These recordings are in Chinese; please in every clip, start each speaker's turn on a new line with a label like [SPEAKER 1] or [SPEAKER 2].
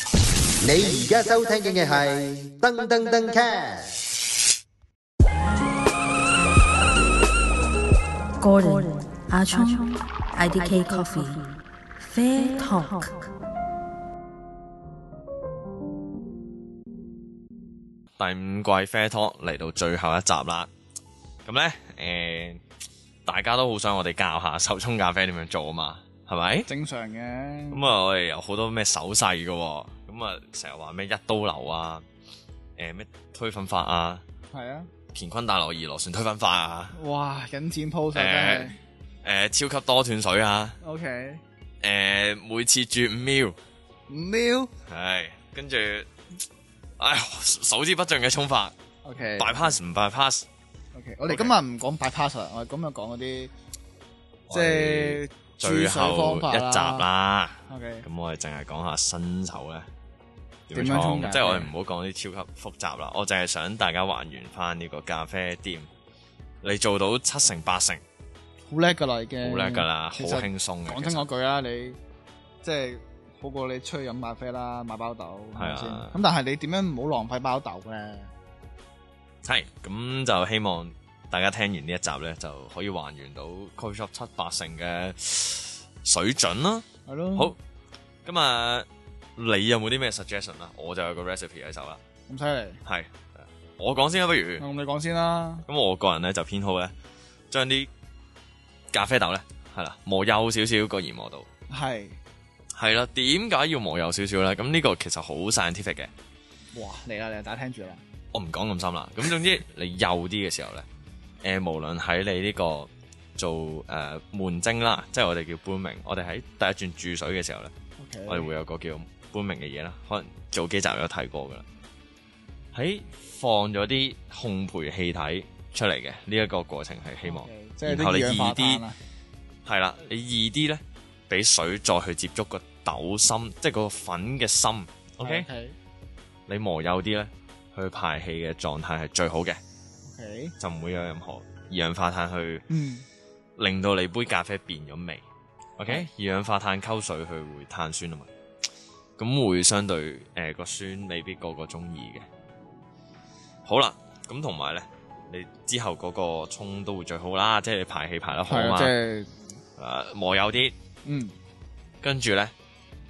[SPEAKER 1] 你而家收聽嘅係噔噔噔 cast。
[SPEAKER 2] Gordon, Ah Chong, IDK Coffee, Fair Talk.
[SPEAKER 3] 第五季 Fair Talk 嚟到最後一集啦。咁呢，誒、大家都好想我哋教下手沖咖啡點樣做啊嘛，係咪？
[SPEAKER 4] 正常嘅。
[SPEAKER 3] 咁啊，我哋有好多咩手勢嘅喎、咁啊，成日話咩一刀流啊，誒、咩推粉法啊，
[SPEAKER 4] 係啊，
[SPEAKER 3] 乾坤大挪移螺旋推粉法啊，
[SPEAKER 4] 哇，引戰 pose 真
[SPEAKER 3] 誒誒、
[SPEAKER 4] 係
[SPEAKER 3] 超級多斷水啊，
[SPEAKER 4] OK，
[SPEAKER 3] 誒、每次注五秒，
[SPEAKER 4] 五秒
[SPEAKER 3] 係跟住，唉手之不盡嘅沖法
[SPEAKER 4] OK
[SPEAKER 3] ，bypass 唔 bypass，
[SPEAKER 4] OK，我哋
[SPEAKER 3] OK
[SPEAKER 4] 今日唔講 bypass 啦，我哋今日講嗰啲即係注
[SPEAKER 3] 最
[SPEAKER 4] 水
[SPEAKER 3] 後
[SPEAKER 4] 方法
[SPEAKER 3] 一集。啦。
[SPEAKER 4] OK，
[SPEAKER 3] 咁我哋淨係講下新手咧點
[SPEAKER 4] 點樣
[SPEAKER 3] 樣
[SPEAKER 4] 沖
[SPEAKER 3] 沖，
[SPEAKER 4] 咖啡
[SPEAKER 3] 即係我哋唔好講啲超級複雜啦。我淨係想大家還原翻呢個咖啡店，你做到七成八成，
[SPEAKER 4] 好叻㗎啦已經，
[SPEAKER 3] 好叻噶啦，好
[SPEAKER 4] 嗯其實
[SPEAKER 3] 輕鬆嘅。
[SPEAKER 4] 講真嗰句啦，你即係好過你出去飲咖啡啦，買包豆係咪
[SPEAKER 3] 係啊
[SPEAKER 4] 先？咁但係你點樣唔好浪費包豆咧？
[SPEAKER 3] 係咁就希望大家聽完呢一集咧，就可以還原到 coffee shop 七八成嘅水準啦。
[SPEAKER 4] 係咯，
[SPEAKER 3] 好，咁啊，你有冇啲咩 suggestion 啦？我就有個 recipe 喺手啦，
[SPEAKER 4] 咁犀利，
[SPEAKER 3] 係我講先啦，不如。
[SPEAKER 4] 咁你講先啦。
[SPEAKER 3] 咁我個人咧就偏好咧，將啲咖啡豆咧係啦磨幼少少個研磨度，
[SPEAKER 4] 係，
[SPEAKER 3] 係啦。點解要磨幼少少咧？咁呢個其實好 scientific 嘅，
[SPEAKER 4] 哇嚟啦嚟啦，大家聽住啦。
[SPEAKER 3] 我唔講咁深啦。咁總之你幼啲嘅時候 咧，誒、無論喺你呢個做誒、呃、悶蒸啦，即係我哋叫搬明，我哋喺第一轉注水嘅時候咧，
[SPEAKER 4] OK，
[SPEAKER 3] 我哋會有個叫搬明嘅嘢啦，可能早幾集有提過噶啦。喺放咗啲烘焙氣體出嚟嘅呢一個過程係希望。嗯
[SPEAKER 4] OK，即係
[SPEAKER 3] 然後
[SPEAKER 4] 啲
[SPEAKER 3] 你
[SPEAKER 4] 二氧化碳啊。
[SPEAKER 3] 係啦，你易啲咧，俾水再去接觸個豆心，即係個粉嘅心。OK，
[SPEAKER 4] OK
[SPEAKER 3] 你磨幼啲咧，去排氣嘅狀態係最好嘅，
[SPEAKER 4] OK，
[SPEAKER 3] 就唔會有任何二氧化碳去
[SPEAKER 4] 嗯，
[SPEAKER 3] 令到你杯咖啡變咗味。OK，
[SPEAKER 4] 係
[SPEAKER 3] 二氧化碳溝水去會碳酸啊嘛，咁會相對誒個、酸未必個個中意嘅。好啦，咁同埋咧，你之後嗰個沖都會最好啦，即係你排氣排得好
[SPEAKER 4] 係
[SPEAKER 3] 嘛
[SPEAKER 4] 啊，即，係
[SPEAKER 3] 誒磨幼啲。
[SPEAKER 4] 嗯
[SPEAKER 3] 跟住咧，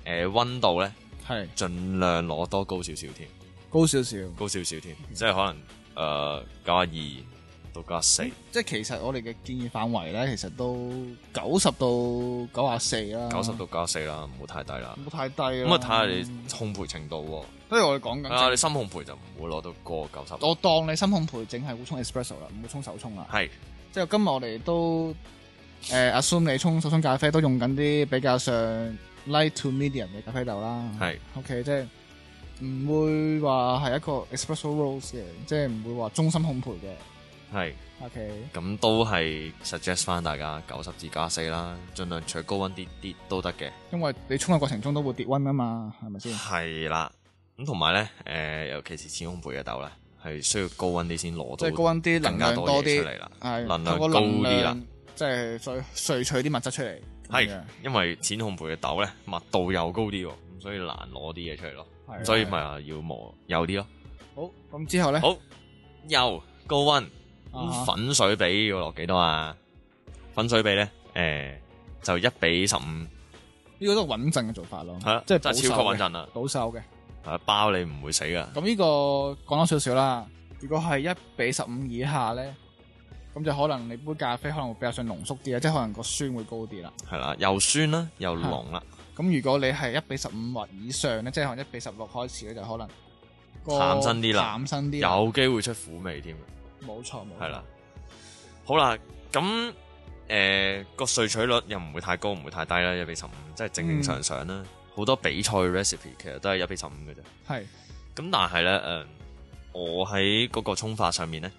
[SPEAKER 3] 誒、温度咧，
[SPEAKER 4] 係
[SPEAKER 3] 盡量攞多高少少添，
[SPEAKER 4] 高少少。
[SPEAKER 3] 高少少添，
[SPEAKER 4] 嗯
[SPEAKER 3] 即係可能誒九啊二到九啊四、
[SPEAKER 4] 即係其實我哋嘅建議範圍咧，其實都九十到九啊四啦，
[SPEAKER 3] 九十到九啊四啦，唔好太低啦。
[SPEAKER 4] 冇太低啦。
[SPEAKER 3] 咁啊，睇下你烘焙程度
[SPEAKER 4] 所以我哋講
[SPEAKER 3] 喎。啊，你
[SPEAKER 4] 緊，
[SPEAKER 3] 深烘焙就唔會攞到過九十。
[SPEAKER 4] 我當你深烘焙整係會沖 espresso 啦，唔會沖手沖啦。
[SPEAKER 3] 係
[SPEAKER 4] 即係今日我哋都誒、呃 assume 你沖手沖咖啡都用緊啲比較上 light to medium 嘅咖啡豆啦。
[SPEAKER 3] 係
[SPEAKER 4] OK，即係唔會話係一個 espresso roast 嘅，即係唔會話中心烘焙嘅。
[SPEAKER 3] 係，
[SPEAKER 4] OK，
[SPEAKER 3] 咁都係 suggest 翻大家九十至九啊四啦，盡量取高温啲啲都得嘅。
[SPEAKER 4] 因為你沖嘅過程中都會跌温啊嘛，係咪先？
[SPEAKER 3] 係啦，咁同埋咧，誒、尤其是淺烘焙嘅豆咧，係需要高温啲先攞
[SPEAKER 4] 即
[SPEAKER 3] 到
[SPEAKER 4] 係高温啲，能
[SPEAKER 3] 更加
[SPEAKER 4] 量
[SPEAKER 3] 多嘢
[SPEAKER 4] 多啲
[SPEAKER 3] 出，嚟啦。
[SPEAKER 4] 係
[SPEAKER 3] 能量
[SPEAKER 4] 透過
[SPEAKER 3] 高啲啦
[SPEAKER 4] 量，即係萃萃取啲物質出嚟。啊咁
[SPEAKER 3] 係
[SPEAKER 4] 樣，
[SPEAKER 3] 因為淺烘焙嘅豆咧密度又高啲喎，咁所以難攞啲嘢出嚟咯，
[SPEAKER 4] 係啊
[SPEAKER 3] 咁所以
[SPEAKER 4] 係
[SPEAKER 3] 咪話要磨幼啲咯。
[SPEAKER 4] 好。咁之後咧，
[SPEAKER 3] 好，幼高温，
[SPEAKER 4] 啊
[SPEAKER 3] 咁粉水比要落幾多啊？粉水比咧，誒就一比十五，
[SPEAKER 4] 呢個都係穩陣嘅做法咯
[SPEAKER 3] 係啦，，
[SPEAKER 4] 即係
[SPEAKER 3] 真係超級
[SPEAKER 4] 保守
[SPEAKER 3] 穩
[SPEAKER 4] 嘅
[SPEAKER 3] 陣啦，
[SPEAKER 4] 保守嘅。
[SPEAKER 3] 係啊包你唔會死噶，
[SPEAKER 4] 咁呢個講多少少啦。如果係一比十五以下咧，咁就可能你杯咖啡可能會比較上濃縮啲啊，即係可能個酸會高啲啦。
[SPEAKER 3] 係啦，又酸啦，又
[SPEAKER 4] 啊
[SPEAKER 3] 濃啦，
[SPEAKER 4] 咁如果你係一比十五或以上咧，即係可能一比十六開始咧，就可能個
[SPEAKER 3] 淡身啲啦
[SPEAKER 4] 淡身啲啦，
[SPEAKER 3] 有機會出苦味添，
[SPEAKER 4] 冇錯冇錯，
[SPEAKER 3] 係啦。好啦，咁誒個萃取率又唔會太高，唔會太低啦，一比十五，即係正正常常
[SPEAKER 4] 嗯
[SPEAKER 3] 啦。好、多比賽 recipe 其實都係一比十五嘅啫。
[SPEAKER 4] 係
[SPEAKER 3] 咁但係咧，誒、我喺嗰個沖法上面咧，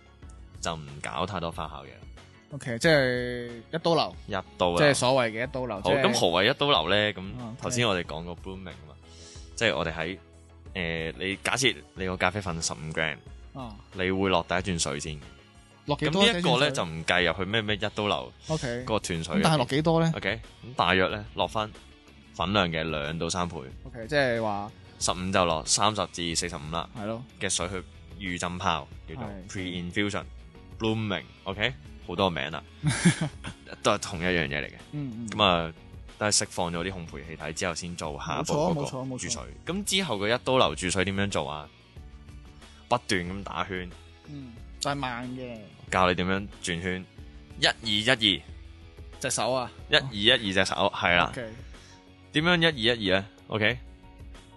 [SPEAKER 3] 就唔搞太多花巧嘢，
[SPEAKER 4] OK，即係一刀流。
[SPEAKER 3] 一刀
[SPEAKER 4] 即係
[SPEAKER 3] 啦。
[SPEAKER 4] 所謂嘅一刀流。
[SPEAKER 3] 啊好，
[SPEAKER 4] 即係
[SPEAKER 3] 咁何謂一刀流咧？
[SPEAKER 4] 嗯
[SPEAKER 3] 咁頭先我哋講過 blooming 啊嘛，即係我哋喺誒，你假設你個咖啡粉十五 gram，
[SPEAKER 4] 啊，
[SPEAKER 3] 你會落第一轉水先。
[SPEAKER 4] 落幾
[SPEAKER 3] 咁
[SPEAKER 4] 多啊
[SPEAKER 3] 呢一個咧就唔計入去咩咩一刀流
[SPEAKER 4] O K。
[SPEAKER 3] 嗰個斷水
[SPEAKER 4] 咁
[SPEAKER 3] 入邊。
[SPEAKER 4] 但係落幾多咧
[SPEAKER 3] OK，咁大約咧落翻粉量嘅兩到三倍，
[SPEAKER 4] ？O K，即係話
[SPEAKER 3] 十五就落三十至四十五啦
[SPEAKER 4] 係咯，
[SPEAKER 3] 嘅水去預浸泡，叫做
[SPEAKER 4] 係
[SPEAKER 3] pre-infusion blooming，OK，、好多名 啦，都係同一樣嘢嚟嘅。
[SPEAKER 4] 嗯嗯，
[SPEAKER 3] 咁啊，但係釋放咗啲烘焙氣體之後，先做下一步嗰
[SPEAKER 4] 冇錯冇錯
[SPEAKER 3] 個
[SPEAKER 4] 冇錯
[SPEAKER 3] 注水。咁之後嘅一刀流注水點樣做啊？不斷咁打圈，
[SPEAKER 4] 嗯，但係慢嘅，
[SPEAKER 3] 教你點樣轉圈，一二一
[SPEAKER 4] 隻手啊
[SPEAKER 3] 二，一二一二隻手係啦。
[SPEAKER 4] ，OK，
[SPEAKER 3] 點樣一二一二咧？OK，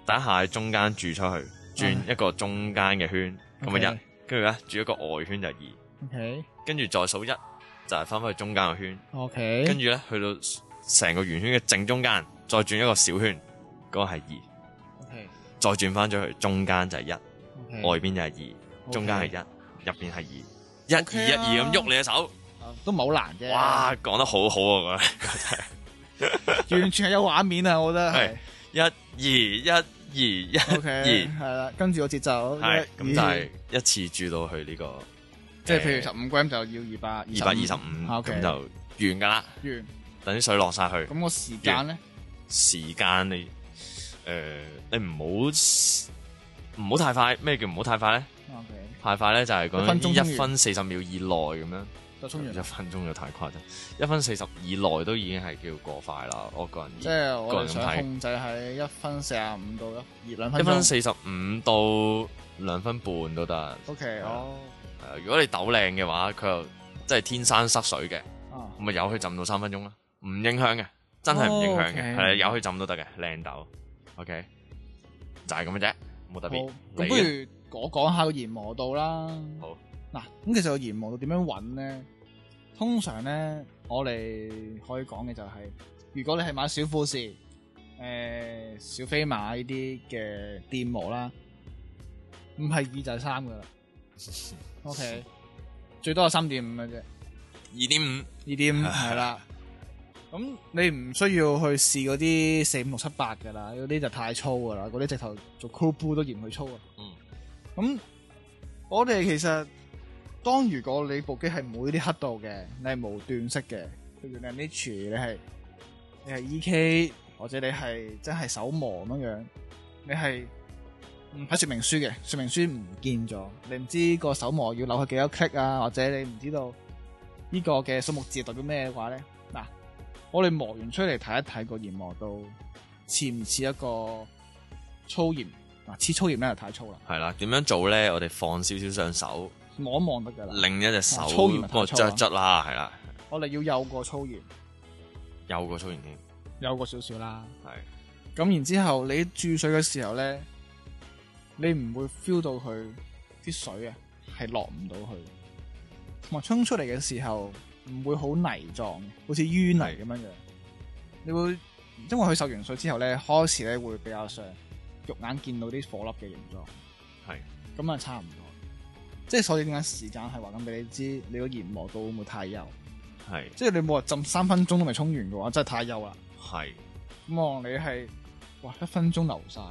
[SPEAKER 3] 打下中間轉出去，
[SPEAKER 4] 嗯
[SPEAKER 3] 轉一個中間嘅圈，咁啊
[SPEAKER 4] OK
[SPEAKER 3] 一，跟住咧轉一個外圈就二，
[SPEAKER 4] OK
[SPEAKER 3] 跟住再數一就係翻返去中間個圈，
[SPEAKER 4] OK，
[SPEAKER 3] 跟住咧去到成個圓圈嘅正中間，再轉一個小圈，嗰、個係二，
[SPEAKER 4] OK
[SPEAKER 3] 再轉翻咗去中間就係一，
[SPEAKER 4] OK，
[SPEAKER 3] 外邊就係二，中間係一，入邊係二，一
[SPEAKER 4] OK
[SPEAKER 3] 二一
[SPEAKER 4] 啊
[SPEAKER 3] 二咁喐你隻手，
[SPEAKER 4] 啊都唔係好難啫，
[SPEAKER 3] 哇，講得 好好啊！我覺
[SPEAKER 4] 完全係有畫面啊，我覺得係
[SPEAKER 3] 係。得一二一二
[SPEAKER 4] O K，
[SPEAKER 3] 一二。
[SPEAKER 4] 係啦，跟住個節奏
[SPEAKER 3] 系咁
[SPEAKER 4] 一
[SPEAKER 3] 就
[SPEAKER 4] 二
[SPEAKER 3] 係一次注到去呢、個个，
[SPEAKER 4] 即係譬如十五 gram 就要二百
[SPEAKER 3] 二百二十
[SPEAKER 4] 啊
[SPEAKER 3] 五，
[SPEAKER 4] ，OK
[SPEAKER 3] 咁就完噶啦。
[SPEAKER 4] 完。
[SPEAKER 3] 等啲水落晒去，
[SPEAKER 4] 咁個時間咧，
[SPEAKER 3] 時間你诶、你唔好唔好太快。咩叫唔好太快咧？
[SPEAKER 4] O K，
[SPEAKER 3] 太快咧就係講
[SPEAKER 4] 一分鐘
[SPEAKER 3] 緊一分四十秒以內咁樣，
[SPEAKER 4] 就衝完
[SPEAKER 3] 一
[SPEAKER 4] 啦。
[SPEAKER 3] 分鐘就太誇張，一分四十以內都已經係叫過快啦。我個人
[SPEAKER 4] 即係我
[SPEAKER 3] 個
[SPEAKER 4] 哋
[SPEAKER 3] 人
[SPEAKER 4] 想
[SPEAKER 3] 睇，
[SPEAKER 4] 控制喺一分四十五到一二兩
[SPEAKER 3] 一
[SPEAKER 4] 分
[SPEAKER 3] 分
[SPEAKER 4] 鐘。
[SPEAKER 3] 四十五到兩分半都得。
[SPEAKER 4] O K，哦，
[SPEAKER 3] 誒如果你抖靚嘅話，佢又即係天生濕水嘅。
[SPEAKER 4] 啊
[SPEAKER 3] 咁咪由佢浸到三分鐘啦，唔影響嘅，真係唔影響嘅，
[SPEAKER 4] 哦，OK
[SPEAKER 3] 係啊由佢浸都得嘅，靚豆，OK，就係咁嘅啫，冇特
[SPEAKER 4] 好，
[SPEAKER 3] 別
[SPEAKER 4] 咁。
[SPEAKER 3] 你
[SPEAKER 4] 不
[SPEAKER 3] 呢
[SPEAKER 4] 如我講下個研磨度啦。
[SPEAKER 3] 好，
[SPEAKER 4] 嗱，咁其實個研磨度點樣揾咧？通常咧，我哋可以講嘅就係，如果你係買小富士、誒、小飛馬呢啲嘅電磨啦，唔係二就係三噶啦。OK，最多係三點五嘅啫。
[SPEAKER 3] 二點五
[SPEAKER 4] 呢啲咁係啦。咁你唔需要去試嗰啲四五六七八噶啦，嗰啲就太粗噶啦，嗰啲直頭做 cool blue 都嫌佢粗啊。
[SPEAKER 3] 嗯。
[SPEAKER 4] 咁我哋其實當如果你部機係冇呢啲黑度嘅，你係無段式嘅，譬如你係 Mitch，你係你係 E.K，或者你係真係手磨咁樣，你係唔睇說明書嘅，說明書唔見咗，你唔知個手磨要扭去幾多 click 啊，或者你唔知道呢個嘅數目字代表咩嘅話咧，嗱，我哋磨完出嚟睇一睇個研磨到似唔似一個粗鹽？嗱，似粗鹽咧就太粗啦，
[SPEAKER 3] 係啦，點樣做咧？我哋放少少上手，
[SPEAKER 4] 摸一望得㗎啦。
[SPEAKER 3] 另一隻手
[SPEAKER 4] 啊粗鹽咪太
[SPEAKER 3] 幫我
[SPEAKER 4] 粗
[SPEAKER 3] 捽
[SPEAKER 4] 啊
[SPEAKER 3] 一捽啦，係啦，
[SPEAKER 4] 我哋要幼過粗鹽，
[SPEAKER 3] 有個粗鹽添，
[SPEAKER 4] 幼過少少啦。
[SPEAKER 3] 係
[SPEAKER 4] 咁然之後，你注水嘅時候咧，你唔會 feel 到佢啲水啊，係落唔到去，同埋沖出嚟嘅時候唔會好泥狀，好似淤泥咁樣樣。你會因為佢受完水之後咧，開始咧會比較上肉眼見到啲火粒嘅形狀，
[SPEAKER 3] 係
[SPEAKER 4] 咁啊差唔多。即係所以點解時間係話緊俾你知，你個研磨度會唔會太幼？
[SPEAKER 3] 係
[SPEAKER 4] 即係你冇話浸三分鐘都未沖完嘅話，真係太幼啦。
[SPEAKER 3] 係
[SPEAKER 4] 咁我望你係哇一分鐘流晒喎。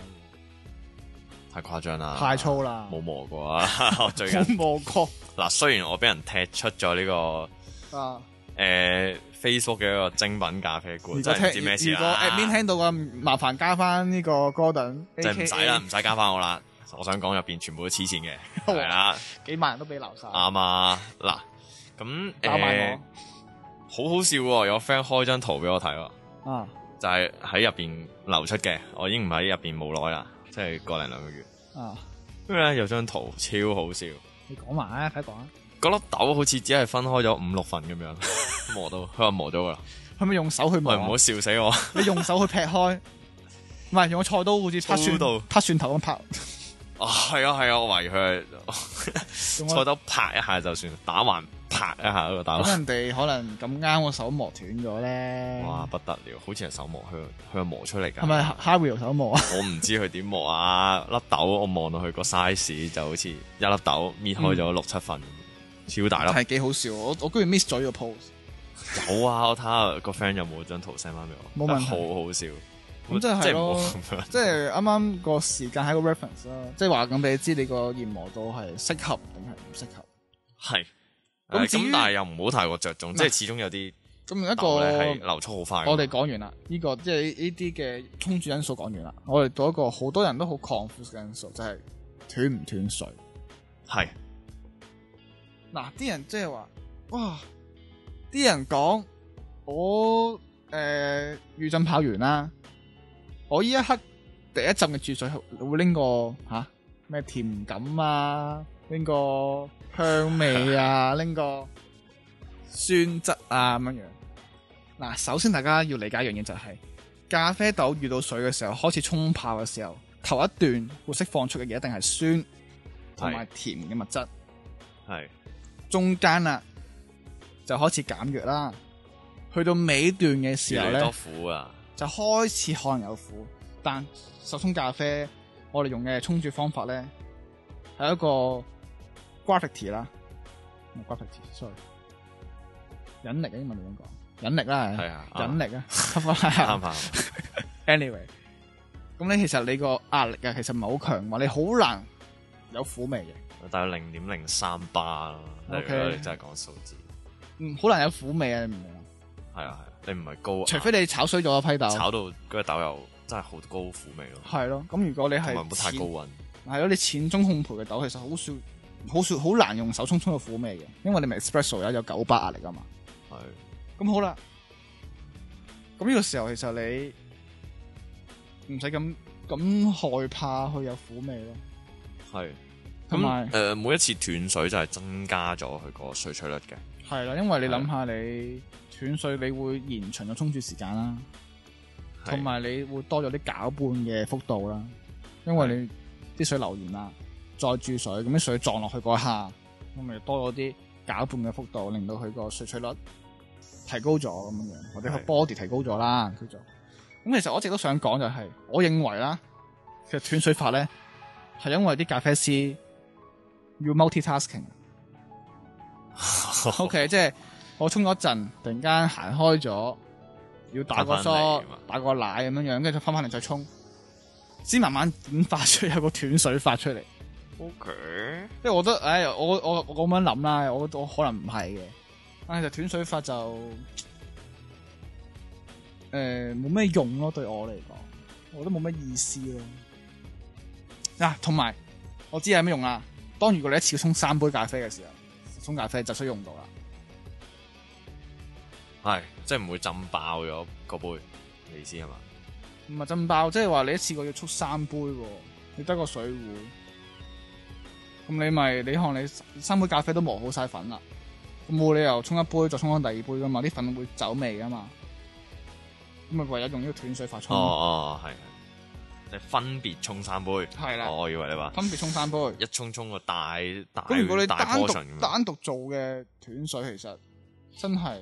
[SPEAKER 3] 太誇張啦，
[SPEAKER 4] 太粗啦，
[SPEAKER 3] 啊 冇磨過啊！我最近
[SPEAKER 4] 冇磨過
[SPEAKER 3] 嗱，雖然我俾人踢出咗呢個
[SPEAKER 4] 啊！
[SPEAKER 3] 誒 Facebook 嘅一個精品咖啡
[SPEAKER 4] 如
[SPEAKER 3] 館，
[SPEAKER 4] 果
[SPEAKER 3] 真係唔知
[SPEAKER 4] 聽，
[SPEAKER 3] 咩事啊
[SPEAKER 4] 如果
[SPEAKER 3] 啦。
[SPEAKER 4] admin 聽到嘅，麻煩加翻呢個 Gordon，
[SPEAKER 3] 就唔使
[SPEAKER 4] AKA
[SPEAKER 3] 啦，唔使加翻我啦。我想講入邊全部都黐線 嘅，
[SPEAKER 4] 好啊
[SPEAKER 3] 係啦，
[SPEAKER 4] 幾萬人都俾流晒，
[SPEAKER 3] 啱啊。嗱，咁
[SPEAKER 4] 打埋
[SPEAKER 3] 誒，好好笑喎！有 friend 開張圖俾我睇喎，
[SPEAKER 4] 我啊
[SPEAKER 3] 就係喺入邊流出嘅。我已經唔喺入邊冇耐啦，即係個零兩個月。
[SPEAKER 4] 啊！
[SPEAKER 3] 跟住咧有張圖超好笑，
[SPEAKER 4] 你講埋啊，快講啊！
[SPEAKER 3] 嗰粒豆好似只係分開咗五六份咁樣 磨到，佢話磨咗㗎啦。
[SPEAKER 4] 係咪用手去
[SPEAKER 3] 喂，
[SPEAKER 4] 磨
[SPEAKER 3] 唔好
[SPEAKER 4] 啊？
[SPEAKER 3] 笑死我！
[SPEAKER 4] 你用手去劈開，唔係用個菜刀好似拍蒜
[SPEAKER 3] 粗到
[SPEAKER 4] 拍蒜頭咁拍，
[SPEAKER 3] 啊，係啊係 啊，我懷疑佢係
[SPEAKER 4] 用個
[SPEAKER 3] 菜刀拍一下就算，打橫拍一下嗰個打橫。
[SPEAKER 4] 咁人哋可能咁啱個手磨斷咗咧。
[SPEAKER 3] 哇，不得了，好似係手磨，佢佢係磨出嚟㗎。
[SPEAKER 4] 係咪 Harry 手磨啊？
[SPEAKER 3] 我唔知佢點磨啊！粒豆我望到佢個 size 就好似一粒豆搣開咗六七份，超大粒。
[SPEAKER 4] 嗯係幾好笑，我我居然 miss 咗呢個 pose。
[SPEAKER 3] 有啊，我睇下個 friend 有冇張圖 send 翻俾我，
[SPEAKER 4] 冇問題
[SPEAKER 3] 好好笑。
[SPEAKER 4] 咁真係
[SPEAKER 3] 即係唔
[SPEAKER 4] 咯
[SPEAKER 3] 好咁樣。
[SPEAKER 4] 即係啱啱個時間係一個 reference 啦，即係話咁俾你知你個研磨度係適合定係唔適合。
[SPEAKER 3] 係
[SPEAKER 4] 咁
[SPEAKER 3] 誒
[SPEAKER 4] 至於
[SPEAKER 3] 咁，但係又唔好太過着重，即係始終有啲
[SPEAKER 4] 咁一
[SPEAKER 3] 豆咧係
[SPEAKER 4] 個
[SPEAKER 3] 流速好快㗎嘛。
[SPEAKER 4] 我哋講完啦，呢、個即係呢呢啲嘅衝住因素講完啦。我哋到一個好多人都好 confuse 嘅因素，就係、斷唔斷水。
[SPEAKER 3] 係
[SPEAKER 4] 嗱，啲人即係話，哇！啲人講我誒預呃浸泡完啦，我依一刻第一浸嘅注水會拎個吓咩、甜感啊，拎個香味啊，拎個酸質啊咁樣樣。嗱，首先大家要理解一樣嘢就係、咖啡豆遇到水嘅時候，開始沖泡嘅時候，頭一段會釋放出嘅嘢一定係酸同埋甜嘅物質。
[SPEAKER 3] 係
[SPEAKER 4] 中間啦，就開始減弱啦。去到尾段嘅時
[SPEAKER 3] 越
[SPEAKER 4] 候
[SPEAKER 3] 嚟越多
[SPEAKER 4] 咧，
[SPEAKER 3] 苦啊，
[SPEAKER 4] 就開始可能有苦。但手沖咖啡我哋用嘅沖煮方法咧，係一個 gravity 啦，唔係 gravity，sorry，引力啊，英文點講？引力啦，
[SPEAKER 3] 係啊
[SPEAKER 4] 引力啊
[SPEAKER 3] 啱唔啱？
[SPEAKER 4] anyway，咁你其實你個壓力啊，其實唔係好強嘛，你好難有苦味嘅。
[SPEAKER 3] 但係零點零三巴啦，例如
[SPEAKER 4] OK
[SPEAKER 3] 果你真係講數字，
[SPEAKER 4] 嗯，好難有苦味啊！你明唔明啊？
[SPEAKER 3] 係啊係啊，你唔係高壓，
[SPEAKER 4] 除非你炒水咗一批豆，
[SPEAKER 3] 炒到嗰個豆油真係好高苦味咯，
[SPEAKER 4] 係咯，咁如果你係
[SPEAKER 3] 同埋唔好太高
[SPEAKER 4] 淺，
[SPEAKER 3] 温，
[SPEAKER 4] 係咯，你淺中烘焙嘅豆其實好少，好少，好難用手沖沖到苦味嘅，因為你咪 espresso 有有九巴壓力啊嘛。
[SPEAKER 3] 係
[SPEAKER 4] 咁好啦，咁呢個時候其實你唔使咁咁害怕佢有苦味咯，
[SPEAKER 3] 係。
[SPEAKER 4] 同埋
[SPEAKER 3] 咁誒每一次斷水就係增加咗佢個萃取率嘅，
[SPEAKER 4] 係啦，因為你諗下你斷水，你會延長咗沖煮時間啦，
[SPEAKER 3] 係
[SPEAKER 4] 同埋你會多咗啲攪拌嘅幅度啦，因為你啲水流完啦，再注水，咁啲水撞落去嗰一下，咁咪多咗啲攪拌嘅幅度，令到佢個萃取率提高咗咁樣，或者佢
[SPEAKER 3] 係
[SPEAKER 4] body 提高咗啦，叫做。咁其實我一直都想講就係、我認為啦，其實斷水法咧係因為啲咖啡師要 multitasking。O K，即係我沖咗一陣，突然間行開咗，要打個
[SPEAKER 3] 翻返嚟
[SPEAKER 4] 梳
[SPEAKER 3] 啊嘛、
[SPEAKER 4] 打個奶咁樣樣，跟住就翻返嚟再沖，先慢慢演化出有個斷水法出嚟。
[SPEAKER 3] OK，
[SPEAKER 4] 即係我覺得，唉，我我我咁樣諗啦，我我可能唔係嘅，但係就斷水法就誒冇咩用咯，對我嚟講，我覺得冇乜意思咯。嗱、同埋我知有咩用啊啦。當如果你一次沖三杯咖啡嘅時候，沖咖啡就需要用到啦。
[SPEAKER 3] 係即係唔會浸爆咗個杯，你意思係嘛？
[SPEAKER 4] 唔係浸爆，即係話你一次過要沖三杯喎，你得個水壺，咁你咪你可能你三杯咖啡都磨好晒粉啦，咁冇理由沖一杯再沖翻第二杯噶嘛，啲粉會走味噶嘛，咁咪唯有用呢個斷水法沖，
[SPEAKER 3] 哦哦，係係，你分別沖三杯，
[SPEAKER 4] 係啦
[SPEAKER 3] 哦我以為你話
[SPEAKER 4] 分別沖三杯。
[SPEAKER 3] 一沖沖個大大
[SPEAKER 4] 啊咁如果你
[SPEAKER 3] 啊大
[SPEAKER 4] 單
[SPEAKER 3] portion
[SPEAKER 4] 獨
[SPEAKER 3] 咁樣
[SPEAKER 4] 單獨做嘅斷水，其實真係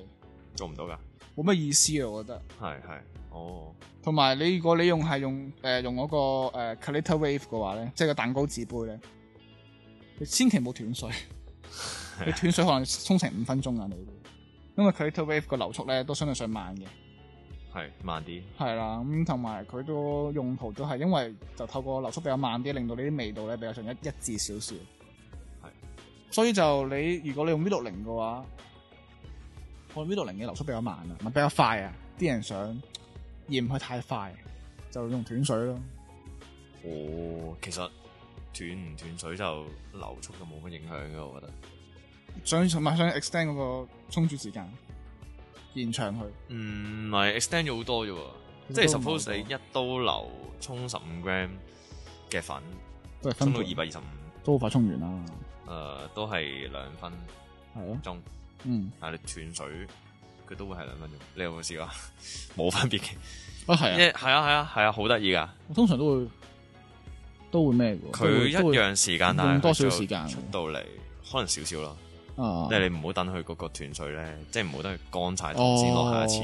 [SPEAKER 3] 做唔到㗎，
[SPEAKER 4] 冇乜意思啊，我覺得。
[SPEAKER 3] 係係，哦，
[SPEAKER 4] 同埋你如果你用係用誒、呃用嗰、個、呃、Calita Wave 嘅話咧，即係個蛋糕紙杯咧，你千祈唔好斷水，你斷水可能沖成五分鐘啊你會，因為 Calita Wave 個流速咧都相對上慢嘅，
[SPEAKER 3] 係慢啲，
[SPEAKER 4] 係啦，咁同埋佢都用途都係因為就透過流速比較慢啲，令到你啲味道咧比較上一一致少少，
[SPEAKER 3] 係，
[SPEAKER 4] 所以就你如果你用 V 六零嘅話，我 V 六零嘅流速比較慢啊，咪比較快啊，啲人想嫌佢太快，就用斷水咯。
[SPEAKER 3] 哦，其實斷唔斷水就流速就冇乜影響嘅，我覺得，
[SPEAKER 4] 想同埋想 extend 嗰個沖煮時間，延長佢。
[SPEAKER 3] 嗯，唔係 extend 咗好多啫喎，
[SPEAKER 4] 其實
[SPEAKER 3] 即係
[SPEAKER 4] 都唔係好
[SPEAKER 3] suppose 你一刀流沖十五 gram 嘅粉，
[SPEAKER 4] 都係
[SPEAKER 3] 沖
[SPEAKER 4] 分
[SPEAKER 3] 到
[SPEAKER 4] 配
[SPEAKER 3] 二百二十五，
[SPEAKER 4] 都好快沖完啦，
[SPEAKER 3] 誒都係兩分
[SPEAKER 4] 係咯，
[SPEAKER 3] 鐘。
[SPEAKER 4] 嗯，
[SPEAKER 3] 但係你斷水，佢都會係兩分鐘。你有冇試過？ 冇分別嘅，
[SPEAKER 4] 啊係
[SPEAKER 3] 因
[SPEAKER 4] 啊，
[SPEAKER 3] 為係啊係啊係啊，好得意噶。
[SPEAKER 4] 我通常都會都會咩嘅喎，
[SPEAKER 3] 佢一
[SPEAKER 4] 都會
[SPEAKER 3] 樣時間，但係
[SPEAKER 4] 用多少
[SPEAKER 3] 佢就
[SPEAKER 4] 時間
[SPEAKER 3] 出到嚟，可能少少咯。
[SPEAKER 4] 都會啊，
[SPEAKER 3] 即係你唔好等佢嗰個斷水咧，即係唔好等佢乾晒
[SPEAKER 4] 哦，
[SPEAKER 3] 先啊落下一次，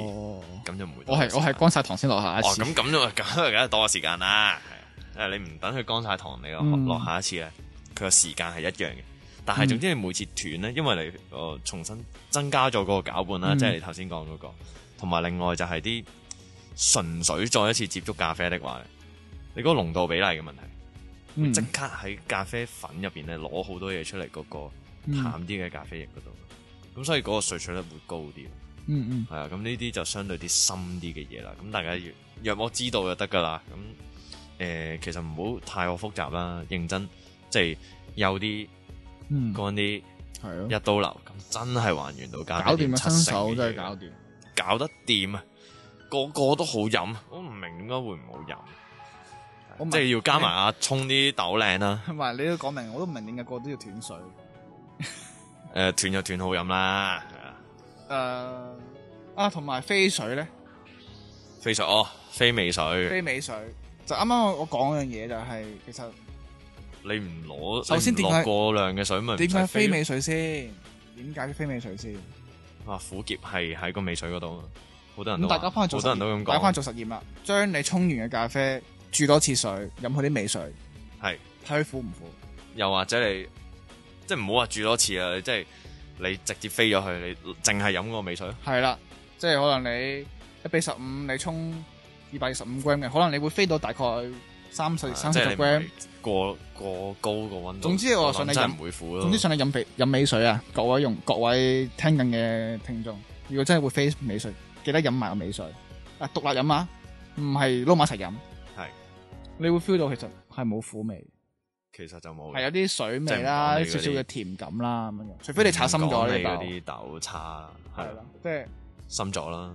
[SPEAKER 3] 咁就唔會多
[SPEAKER 4] 我
[SPEAKER 3] 咗
[SPEAKER 4] 係
[SPEAKER 3] 時間。
[SPEAKER 4] 我係乾晒糖先落下一
[SPEAKER 3] 哦，
[SPEAKER 4] 次，
[SPEAKER 3] 咁咁就 咁就梗係多咗時間啦。係啊，誒你唔等佢乾晒糖，你落
[SPEAKER 4] 嗯
[SPEAKER 3] 落下一次咧，佢個時間係一樣嘅。但係總之你每次斷咧，因為你我重新增加咗嗰個攪拌啦，
[SPEAKER 4] 嗯
[SPEAKER 3] 即係你頭先講嗰個，同埋另外就係啲純粹再一次接觸咖啡的話咧，你嗰個濃度比例嘅問題，
[SPEAKER 4] 嗯
[SPEAKER 3] 即刻喺咖啡粉入邊咧攞好多嘢出嚟嗰個
[SPEAKER 4] 嗯
[SPEAKER 3] 淡啲嘅咖啡液嗰度，咁所以嗰個萃取率會高啲。
[SPEAKER 4] 嗯嗯，
[SPEAKER 3] 係啊，咁呢啲就相對啲深啲嘅嘢啦。咁大家要若我知道就得噶啦。咁誒、呃其實唔好太過複雜啦，認真即係幼啲、
[SPEAKER 4] 嗯，
[SPEAKER 3] 乾啲、
[SPEAKER 4] 系咯，
[SPEAKER 3] 一刀流，咁真係還原到搞
[SPEAKER 4] 搞掂啊，新手真係搞掂。
[SPEAKER 3] 搞得掂啊！個個都好飲，我唔明點解會唔好飲，
[SPEAKER 4] 我明
[SPEAKER 3] 即係要加埋阿沖啲豆靚啦。
[SPEAKER 4] 同埋你都講明，我都唔明點解個個都要斷水。
[SPEAKER 3] 誒、呃斷就斷好飲啦，係啊
[SPEAKER 4] 誒、啊，同埋飛水咧，
[SPEAKER 3] 非水哦，非美水，
[SPEAKER 4] 飛尾水就啱啱我講樣嘢就係、其實
[SPEAKER 3] 你唔攞
[SPEAKER 4] 首先
[SPEAKER 3] 你唔
[SPEAKER 4] 點解
[SPEAKER 3] 落過量嘅水咪唔
[SPEAKER 4] 點
[SPEAKER 3] 使
[SPEAKER 4] 解
[SPEAKER 3] 飛
[SPEAKER 4] 飛
[SPEAKER 3] 咯
[SPEAKER 4] 尾水先？點解飛尾水先？
[SPEAKER 3] 話苦澀係喺個尾水嗰度，啊好多人
[SPEAKER 4] 咁
[SPEAKER 3] 都
[SPEAKER 4] 大家翻去
[SPEAKER 3] 好
[SPEAKER 4] 做
[SPEAKER 3] 多人
[SPEAKER 4] 實
[SPEAKER 3] 都咁
[SPEAKER 4] 驗，
[SPEAKER 3] 講，
[SPEAKER 4] 大家翻去做實驗啦，將你沖完嘅咖啡注多次水，飲佢啲尾水，
[SPEAKER 3] 係
[SPEAKER 4] 睇佢苦唔苦。
[SPEAKER 3] 又或者你即係唔好話煮多次啊，你即係你直接飛咗去，你淨係飲個尾水咯，
[SPEAKER 4] 係啦，即係可能你一比十五，你沖二百二十五 gram 嘅，可能你會飛到大概三
[SPEAKER 3] 啊
[SPEAKER 4] 十三
[SPEAKER 3] 即
[SPEAKER 4] 十
[SPEAKER 3] 係你唔
[SPEAKER 4] gram
[SPEAKER 3] 係。過過高個温度。
[SPEAKER 4] 總之我
[SPEAKER 3] 諗
[SPEAKER 4] 信你
[SPEAKER 3] 真係
[SPEAKER 4] 飲
[SPEAKER 3] 唔會苦咯。
[SPEAKER 4] 總之想你飲尾飲尾水啊！各位用各位聽緊嘅聽眾，如果真係會飛尾水，記得飲埋個尾水啊！獨立飲啊，唔係撈埋一齊飲。
[SPEAKER 3] 係
[SPEAKER 4] 你會 feel 到其實係冇苦味，
[SPEAKER 3] 其實就冇嘅，
[SPEAKER 4] 係有啲水味
[SPEAKER 3] 即
[SPEAKER 4] 啦，
[SPEAKER 3] 係唔講你嗰啲
[SPEAKER 4] 少少嘅甜感啦咁樣。除非你炒深咗
[SPEAKER 3] 唔
[SPEAKER 4] 呢
[SPEAKER 3] 講你嗰
[SPEAKER 4] 嚿，
[SPEAKER 3] 啲豆差啦，係
[SPEAKER 4] 係啦
[SPEAKER 3] 啦，，
[SPEAKER 4] 即係
[SPEAKER 3] 深咗啦，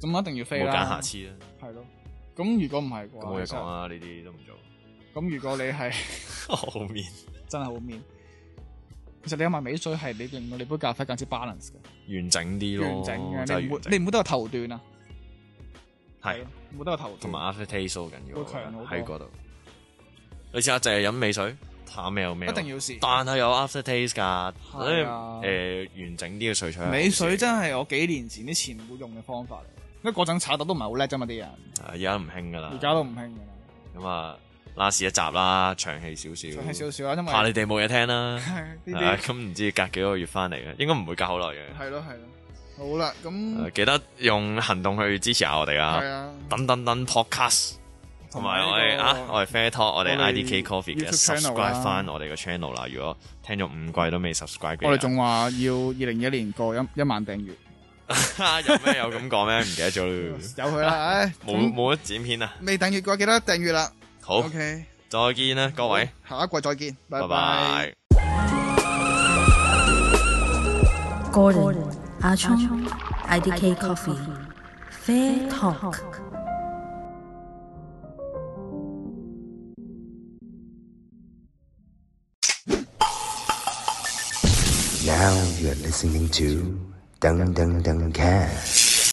[SPEAKER 4] 咁一定要飛
[SPEAKER 3] 冇揀
[SPEAKER 4] 啦
[SPEAKER 3] 瑕，疵啦。
[SPEAKER 4] 係咯。咁如果唔係嘅
[SPEAKER 3] 咁冇嘢
[SPEAKER 4] 話，其
[SPEAKER 3] 講啊
[SPEAKER 4] 實
[SPEAKER 3] 啦，呢啲都唔做。
[SPEAKER 4] 咁如果你係
[SPEAKER 3] 後面
[SPEAKER 4] 真係好面，其實你飲埋尾水係你令到你杯咖啡更加 balance 嘅，
[SPEAKER 3] 完整啲咯，
[SPEAKER 4] 完整
[SPEAKER 3] 真
[SPEAKER 4] 嘅，
[SPEAKER 3] 係
[SPEAKER 4] 你
[SPEAKER 3] 完
[SPEAKER 4] 唔會
[SPEAKER 3] 整
[SPEAKER 4] 你唔會都有頭段啊。
[SPEAKER 3] 係。啊
[SPEAKER 4] 冇得個頭
[SPEAKER 3] 同埋 after taste 好緊要，
[SPEAKER 4] 會強好多
[SPEAKER 3] 喺嗰度。你試下淨係飲美水，淡咩有咩？啊
[SPEAKER 4] 一定要試
[SPEAKER 3] 但係有 after taste 㗎，所以
[SPEAKER 4] 係啊
[SPEAKER 3] 誒完整啲嘅水彩。
[SPEAKER 4] 尾水真係我幾年前啲前輩用嘅方法嚟，因為嗰陣炒豆都唔係好叻啫嘛啲人，
[SPEAKER 3] 啊而家唔興㗎啦。
[SPEAKER 4] 而家都唔興㗎啦，
[SPEAKER 3] 咁啊，last 一集啦，長氣少少。
[SPEAKER 4] 長氣少少啦，因為
[SPEAKER 3] 怕你哋冇嘢聽啦。
[SPEAKER 4] 呢
[SPEAKER 3] 啊
[SPEAKER 4] 啲
[SPEAKER 3] 咁唔知隔幾個月翻嚟嘅，應該唔會隔好耐嘅。
[SPEAKER 4] 係咯係咯，好啦
[SPEAKER 3] 誒
[SPEAKER 4] 咁
[SPEAKER 3] 記得用行動去支持下我哋
[SPEAKER 4] 係
[SPEAKER 3] 啊！
[SPEAKER 4] 啊，
[SPEAKER 3] 等等等 podcast，同埋我哋啊，我哋 Fair Talk，我哋
[SPEAKER 4] 我哋
[SPEAKER 3] IDK Coffee 嘅
[SPEAKER 4] YouTube channel 啊啦
[SPEAKER 3] subscribe 翻我哋個 channel 啦。如果聽咗五季都未 subscribe 嘅，
[SPEAKER 4] 我 哋仲話要二零二一年過一一萬訂閱，
[SPEAKER 3] 啊有咩有咁講咩？唔記得咗
[SPEAKER 4] 有
[SPEAKER 3] 啦，
[SPEAKER 4] 佢啦，唉，
[SPEAKER 3] 冇
[SPEAKER 4] 咁
[SPEAKER 3] 冇得剪片啊！
[SPEAKER 4] 未訂閱嘅話記得訂閱啦
[SPEAKER 3] 好，
[SPEAKER 4] ，OK，
[SPEAKER 3] 再見啦，各位，
[SPEAKER 4] 下一季再見，
[SPEAKER 3] 拜
[SPEAKER 4] 拜拜
[SPEAKER 3] 拜。。
[SPEAKER 2] Gordon, Ah Achong, IDK Coffee, Fair Talk.
[SPEAKER 1] Now you're listening to Dung Dung Dung Cat.